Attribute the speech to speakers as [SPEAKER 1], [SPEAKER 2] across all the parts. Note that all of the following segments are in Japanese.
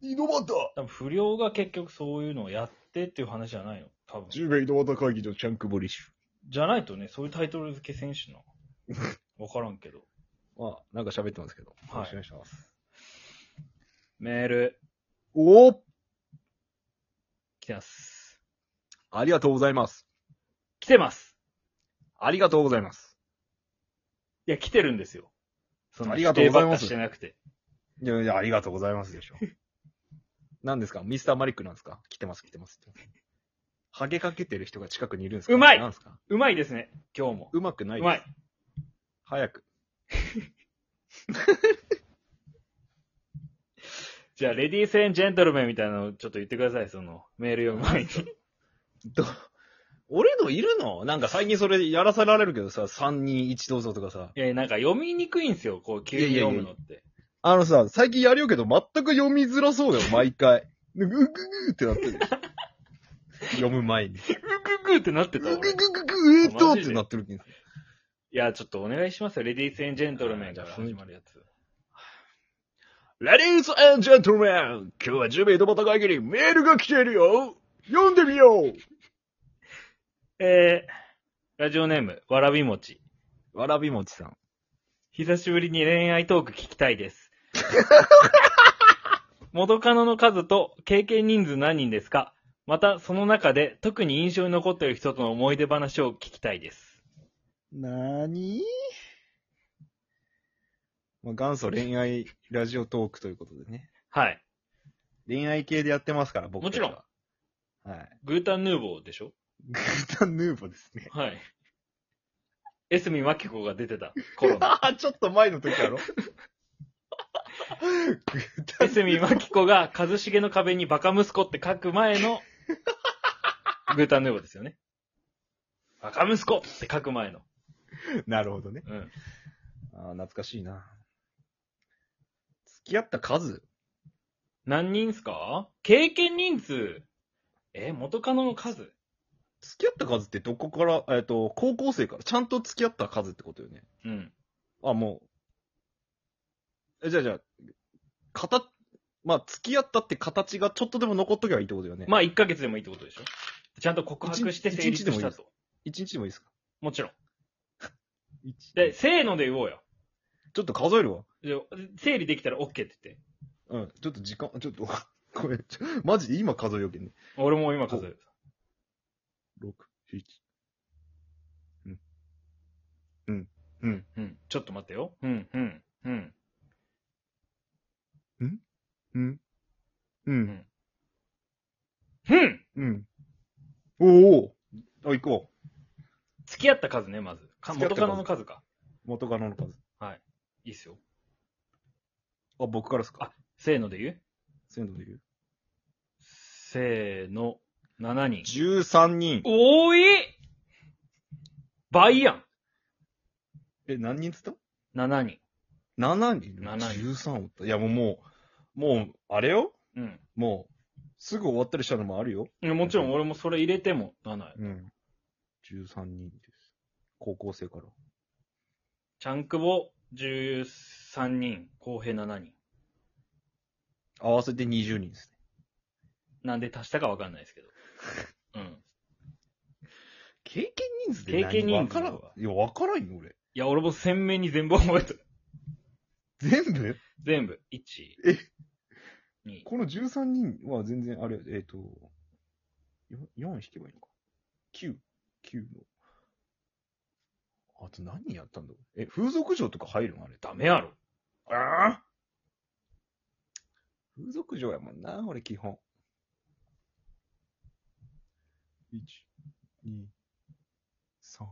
[SPEAKER 1] 井戸端
[SPEAKER 2] 多分不良が結局そういうのをやってっていう話じゃないの。多分。
[SPEAKER 1] 十兵衛井戸端会議所チャンクボリッシ
[SPEAKER 2] じゃないとね、そういうタイトル付けせんしな。 わからんけど。
[SPEAKER 1] ュ。まあ、なんか喋ってますけど。よ
[SPEAKER 2] はい
[SPEAKER 1] ろしくお願いします。
[SPEAKER 2] メール、
[SPEAKER 1] おお
[SPEAKER 2] 来てます。
[SPEAKER 1] ありがとうございます。
[SPEAKER 2] 来てます
[SPEAKER 1] ありがとうございます。
[SPEAKER 2] いや、来てるんですよ。その
[SPEAKER 1] ありがとうございます
[SPEAKER 2] 否定ばっかしてなくて。
[SPEAKER 1] いやいや、ありがとうございますでしょ。 何ですかミスターマリックなんですか来てます、来てます。来てますハゲかけてる人が近くにいるんですか
[SPEAKER 2] うまい
[SPEAKER 1] なんですか
[SPEAKER 2] うまいですね、今日も。
[SPEAKER 1] うまくないで
[SPEAKER 2] う
[SPEAKER 1] す
[SPEAKER 2] まい。。
[SPEAKER 1] 早く。
[SPEAKER 2] じゃあ、レディースエンジェントルメンみたいなのをちょっと言ってください、その、メール読む前に。
[SPEAKER 1] ど、俺のいるのなんか最近それやらされるけどさ、3、2、1どうぞとかさ。
[SPEAKER 2] いや、なんか読みにくいんですよ、こう、急に読むのって。
[SPEAKER 1] あのさ、最近やるよけど全く読みづらそうだよ、毎回。ぐぐぐーってなってる。読む前 に。
[SPEAKER 2] グググーってなってた
[SPEAKER 1] ぐ
[SPEAKER 2] 俺
[SPEAKER 1] ぐ
[SPEAKER 2] い
[SPEAKER 1] ぐぐぐーっと
[SPEAKER 2] マ
[SPEAKER 1] っ
[SPEAKER 2] ジで
[SPEAKER 1] てなってるけど。
[SPEAKER 2] や、ちょっとお願いしますよ、レディースエンジェントルメンから始まるやつ。
[SPEAKER 1] レディースエンジェントルメン今日は10名井戸端会議にメールが来ているよ読んでみよう
[SPEAKER 2] えー、ラジオネーム、わらびもち。
[SPEAKER 1] わらびもちさん。
[SPEAKER 2] 久しぶりに恋愛トーク聞きたいです。元カノの数と経験人数何人ですかまた、その中で特に印象に残っている人との思い出話を聞きたいです。
[SPEAKER 1] なーにまあ、元祖恋愛ラジオトークということでね。
[SPEAKER 2] はい。
[SPEAKER 1] 恋愛系でやってますから、僕たちは。
[SPEAKER 2] も
[SPEAKER 1] はい。
[SPEAKER 2] グータンヌーボーでしょ
[SPEAKER 1] グータンヌーボーですね。
[SPEAKER 2] はい。エスミマキコが出てた頃 の。
[SPEAKER 1] ああ、ちょっと前の時だろ。
[SPEAKER 2] エスミマキコが一茂の壁にバカ息子って書く前の、グータンヌーボーですよね。バカ息子って書く前の。
[SPEAKER 1] なるほどね。
[SPEAKER 2] うん。
[SPEAKER 1] ああ、懐かしいな。付き合った数
[SPEAKER 2] 何人っすか経験人数。え、元カノの数
[SPEAKER 1] 付き合った数ってどこから、えっ、と、高校生から、ちゃんと付き合った数ってことよね。
[SPEAKER 2] うん。
[SPEAKER 1] あ、もう。え、じゃあじゃあ、形、まあ、付き合ったって形がちょっとでも残っとけばいいってことよね。
[SPEAKER 2] まあ、1ヶ月でもいいってことでしょちゃんと告白して成立
[SPEAKER 1] 一日
[SPEAKER 2] した
[SPEAKER 1] 一日
[SPEAKER 2] と。
[SPEAKER 1] 一日でもいいですか
[SPEAKER 2] もちろん。
[SPEAKER 1] 一
[SPEAKER 2] で、せーので言おうよ。
[SPEAKER 1] ちょっと数えるわ。
[SPEAKER 2] で整理できたら OK って言って。
[SPEAKER 1] うん、ちょっと時間、ちょっと、ごめん、ちょマジで今数えようけんね。
[SPEAKER 2] 俺も今数える。
[SPEAKER 1] 6、7。うん。うん。うん。
[SPEAKER 2] うん。ちょっと待ってよ。うん、うん、うん。
[SPEAKER 1] うん。う
[SPEAKER 2] うん
[SPEAKER 1] ん。
[SPEAKER 2] うん
[SPEAKER 1] うん。おおあ、行こ
[SPEAKER 2] 付き合った数ね、まず。か
[SPEAKER 1] 付き合っ
[SPEAKER 2] 元
[SPEAKER 1] た数
[SPEAKER 2] カノの数か。
[SPEAKER 1] う。元カノの数。
[SPEAKER 2] いいっすよ。
[SPEAKER 1] あ、僕からっすか
[SPEAKER 2] あせーので言う
[SPEAKER 1] 先頭で言う。
[SPEAKER 2] せーの、7人。
[SPEAKER 1] 13人。
[SPEAKER 2] 多い倍やん
[SPEAKER 1] え、何人っつった
[SPEAKER 2] !7 人。
[SPEAKER 1] ?7 人
[SPEAKER 2] 7人
[SPEAKER 1] ?13 おった。いや、もう、もう、もう、あれよ
[SPEAKER 2] うん。
[SPEAKER 1] もう、すぐ終わったりしたのもあるよ。
[SPEAKER 2] いやもちろん俺もそれ入れても7よ。
[SPEAKER 1] うん。13人です。高校生から。
[SPEAKER 2] チャンクボ13人、公平7人。
[SPEAKER 1] 合わせて20人ですね。
[SPEAKER 2] なんで足したかわかんないですけど。 うん。
[SPEAKER 1] 経験人数
[SPEAKER 2] 経験人数
[SPEAKER 1] わからんいや、わからんよ、俺。
[SPEAKER 2] いや、俺も鮮明に全部覚えた。
[SPEAKER 1] 全部
[SPEAKER 2] 全部。1。
[SPEAKER 1] え
[SPEAKER 2] 2。
[SPEAKER 1] この13人は全然、あれ、えっ、と、4引けばいいのか。9、9の。あと何人やったんだろうえ、風俗嬢とか入るのあれ。
[SPEAKER 2] ダメやろ。
[SPEAKER 1] ああ風俗嬢やもんな、俺基本。1、2、3、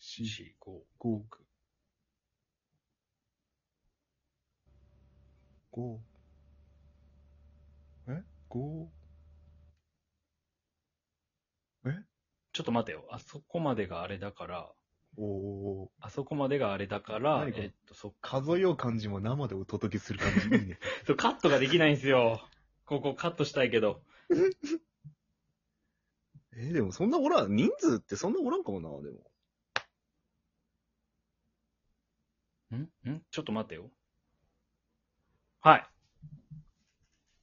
[SPEAKER 2] 4
[SPEAKER 1] 4、、
[SPEAKER 2] 5。
[SPEAKER 1] 5、5、え ?5、
[SPEAKER 2] ちょっと待てよ。あそこまでがあれだから、
[SPEAKER 1] おー、
[SPEAKER 2] あそこまでがあれだから、
[SPEAKER 1] 何これ
[SPEAKER 2] えっと、そっか。
[SPEAKER 1] 数えよう感じも生でお届けする感じいい ね。
[SPEAKER 2] そう、カットができないんですよ。ここカットしたいけど。
[SPEAKER 1] えーでもそんなおらん、人数ってそんなおらんかもな、でも。
[SPEAKER 2] んんちょっと待ってよ。はい。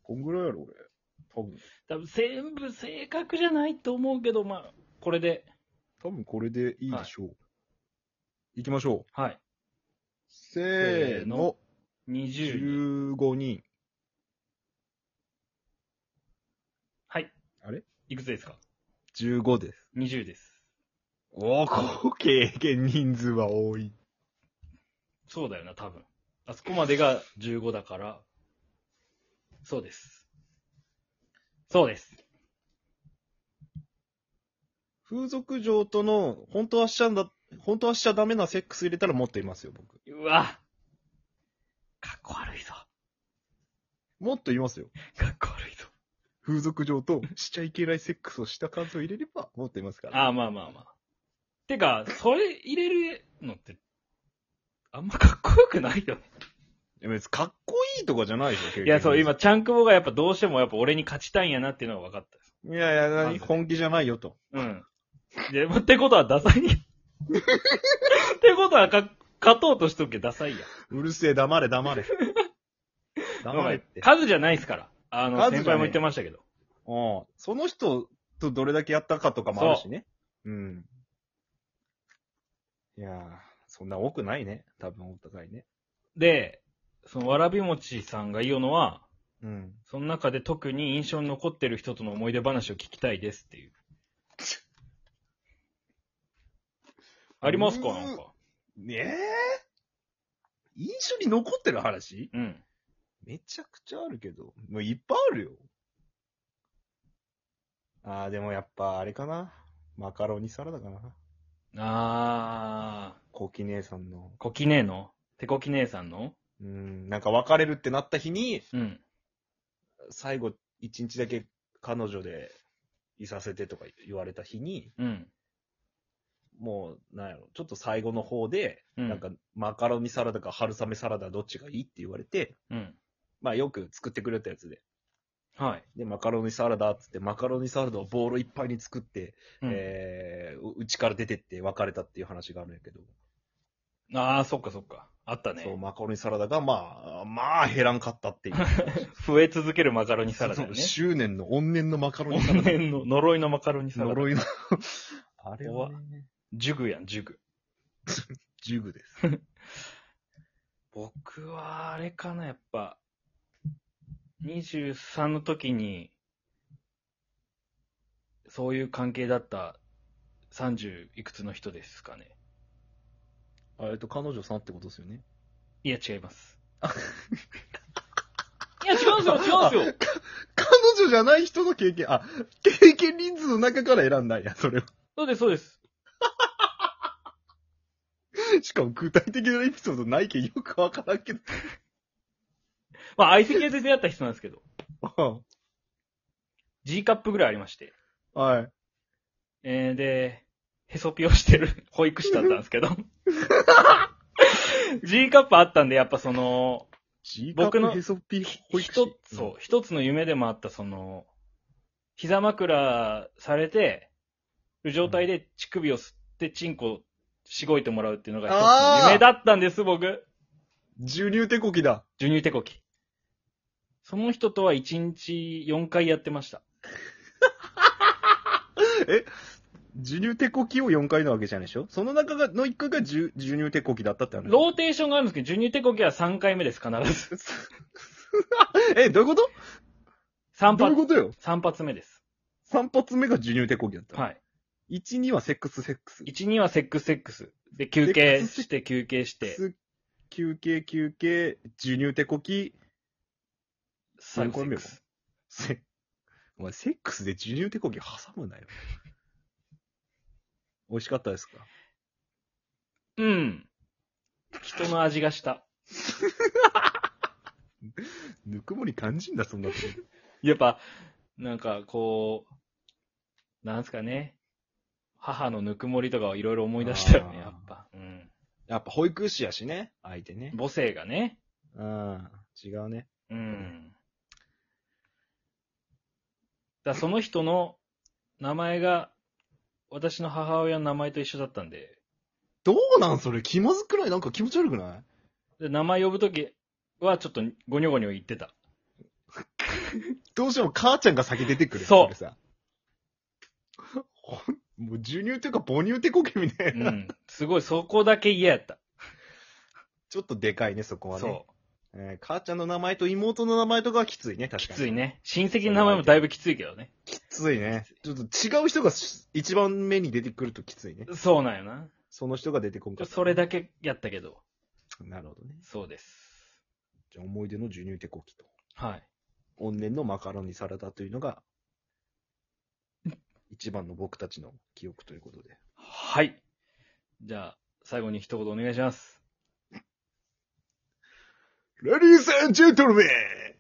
[SPEAKER 1] こんぐらいやろ、俺。多分。
[SPEAKER 2] 多分全部正確じゃないと思うけど、まあ、これで。
[SPEAKER 1] 多分これでいいでしょう。行きましょう。
[SPEAKER 2] はい。
[SPEAKER 1] せーの。
[SPEAKER 2] 20。
[SPEAKER 1] 15人。
[SPEAKER 2] はい。
[SPEAKER 1] あれ
[SPEAKER 2] いくつですか
[SPEAKER 1] 15です。
[SPEAKER 2] ?20 です。
[SPEAKER 1] おお、こう経験人数は多い。
[SPEAKER 2] そうだよな、多分。あそこまでが15だから。そうです。そうです。
[SPEAKER 1] 風俗嬢との、本当はしちゃんだ、本当はしちゃダメなセックス入れたらもっといますよ、僕。
[SPEAKER 2] うわ。かっこ悪いぞ。
[SPEAKER 1] もっといますよ。
[SPEAKER 2] かっこ悪いぞ。
[SPEAKER 1] 風俗嬢としちゃいけないセックスをした感想を入れれば、もっといますから。
[SPEAKER 2] ああ、まあまあまあ。てか、それ入れるのって、あんまかっこよくないよね。
[SPEAKER 1] いや別にかっこいいとかじゃないでしょ、
[SPEAKER 2] いや、そう、今、。チャンクボがやっぱどうしてもやっぱ俺に勝ちたいんやなっていうのが分かったです。
[SPEAKER 1] いやいや、
[SPEAKER 2] ま
[SPEAKER 1] 何
[SPEAKER 2] ず
[SPEAKER 1] 本気じゃないよと。
[SPEAKER 2] うん。で、まってことはダサい。ってことはか、勝とうとしとけダサいや。
[SPEAKER 1] うるせえ、黙れ、黙 れ。黙れって。
[SPEAKER 2] 数じゃないですから。あの、
[SPEAKER 1] 数じゃねえ
[SPEAKER 2] 先輩も言ってましたけど。
[SPEAKER 1] うん。その人とどれだけやったかとかもあるしね。うん。いやー、そんな多くないね。多分お互いね。
[SPEAKER 2] で、その、わらびもちさんが言うのは、
[SPEAKER 1] うん。
[SPEAKER 2] その中で特に印象に残ってる人との思い出話を聞きたいで すっていう。ありますかなんか。
[SPEAKER 1] ねえ印象に残ってる話
[SPEAKER 2] うん。
[SPEAKER 1] めちゃくちゃあるけど。もういっぱいあるよ。あー、でもやっぱあれかな。マカロニサラダかな。
[SPEAKER 2] あ
[SPEAKER 1] コキ姉さんの。
[SPEAKER 2] ー、コキ姉のてこき姉さんの
[SPEAKER 1] うん、なんか別れるってなった日に、
[SPEAKER 2] うん。
[SPEAKER 1] 最後一日だけ彼女でいさせてとか言われた日に、
[SPEAKER 2] うん。
[SPEAKER 1] もう、なんやろ、ちょっと最後の方で、
[SPEAKER 2] うん
[SPEAKER 1] なんか、マカロニサラダか春雨サラダどっちがいいって言われて、
[SPEAKER 2] うん。
[SPEAKER 1] まあよく作ってくれたやつで。
[SPEAKER 2] はい。
[SPEAKER 1] で、マカロニサラダっつって、マカロニサラダをボールいっぱいに作って、
[SPEAKER 2] うん
[SPEAKER 1] えー、ううちから出てって別れたっていう話があるんやけど、
[SPEAKER 2] ああ、そっかそっか。あった
[SPEAKER 1] そう、
[SPEAKER 2] ね。
[SPEAKER 1] マカロニサラダがまあ、まあ減らんかったっていう。
[SPEAKER 2] 増え続けるマカロニサラダよね
[SPEAKER 1] そう。執念の、怨念のマカロニサラ
[SPEAKER 2] 往
[SPEAKER 1] ダ。
[SPEAKER 2] 年の呪いのマカロニサラ ダ。
[SPEAKER 1] 呪いの。あれは、ね、
[SPEAKER 2] ジュグやん、ジュグ。
[SPEAKER 1] ジュグです。
[SPEAKER 2] 僕は、あれかな、やっぱ、23の時に、そういう関係だった30いくつの人ですかね。
[SPEAKER 1] あえっと、彼女さんってことですよね。
[SPEAKER 2] いや、違います。 いや、違うんです よ、違うんですよ。
[SPEAKER 1] 彼女じゃない人の経験、あ、経験人数の中から選んだんや、それは。
[SPEAKER 2] そうです、そうです。
[SPEAKER 1] しかも具体的なエピソードないけんよくわからんけど。
[SPEAKER 2] まあ、相席屋で出会った人なんですけど、G カップぐらいありまして、
[SPEAKER 1] はい。
[SPEAKER 2] えー、で、へそぴをしてる保育士だったんです けど、G カップあったんで、やっぱその、
[SPEAKER 1] 僕
[SPEAKER 2] 僕
[SPEAKER 1] の
[SPEAKER 2] の
[SPEAKER 1] へそピー保育士
[SPEAKER 2] 一つ、そう、一つの夢でもあった、その、膝枕されて、る状態で乳首を吸って、チンコ、しごいてもらうっていうのが一つ
[SPEAKER 1] あー
[SPEAKER 2] の夢だったんです、僕。
[SPEAKER 1] うん。授乳手こきだ。
[SPEAKER 2] 授乳手こき。その人とは1日4回やってました。
[SPEAKER 1] 授乳手こきを4回なわけじゃないでしょその中が、の1回が授授乳手こきだったって話。
[SPEAKER 2] ローテーションがあるんですけど、授乳手こきは3回目です、必ず。
[SPEAKER 1] え、どういうこと
[SPEAKER 2] 3
[SPEAKER 1] どういう
[SPEAKER 2] 発、
[SPEAKER 1] ことよ
[SPEAKER 2] 三発目です。
[SPEAKER 1] ?3 発目が授乳手こきだった。
[SPEAKER 2] はい。
[SPEAKER 1] い。1、2はセックスセックス。
[SPEAKER 2] 1、2はセックスセックス。で、休憩して、休憩して、
[SPEAKER 1] 休憩休憩、授乳手こき、
[SPEAKER 2] 最後セ
[SPEAKER 1] 何回目
[SPEAKER 2] ック
[SPEAKER 1] よ
[SPEAKER 2] ス。
[SPEAKER 1] せ、お前セックスで授乳手こき挟むなよ。美味しかったですか
[SPEAKER 2] うん。人の味がした。
[SPEAKER 1] ぬくもり感じんだ、そんなとこ
[SPEAKER 2] やっぱ、なんかこう、なんすかね。母のぬくもりとかをいろいろ思い出したよ
[SPEAKER 1] あー
[SPEAKER 2] ね、やっぱ。うん。
[SPEAKER 1] やっぱ保育士やしね、相手ね。
[SPEAKER 2] 母性がね。
[SPEAKER 1] うん、違うね。
[SPEAKER 2] うん。だからその人の名前が、私の母親の名前と一緒だったんで、
[SPEAKER 1] どうなんそれ気まずくないなんか気持ち悪くない
[SPEAKER 2] で名前呼ぶときはちょっとゴニョゴニョ言ってた。
[SPEAKER 1] どうしても母ちゃんが先出てくる。
[SPEAKER 2] そう
[SPEAKER 1] れさ。ほんもう授乳というか母乳手こけみたいうな。
[SPEAKER 2] ん。すごい、そこだけ嫌やった。
[SPEAKER 1] ちょっとでかいね、そこはね。
[SPEAKER 2] そう。
[SPEAKER 1] えー母ちゃんの名前と妹の名前とかはきついね、確
[SPEAKER 2] き
[SPEAKER 1] かに。
[SPEAKER 2] つい。ね。親戚の名前もだいぶきついけどね。
[SPEAKER 1] きついね。ちょっと違う人がし一番目に出てくるときついね。
[SPEAKER 2] そうなんよな。
[SPEAKER 1] その人が出てこんかった。
[SPEAKER 2] それだけやったけど。
[SPEAKER 1] なるほどね。
[SPEAKER 2] そうです。
[SPEAKER 1] じゃあ思い出の授乳手こきと。
[SPEAKER 2] はい。
[SPEAKER 1] 怨念のマカロニサラダというのが、一番の僕たちの記憶ということで。
[SPEAKER 2] はい。じゃあ、最後に一言お願いします。
[SPEAKER 1] レディースジェントルメン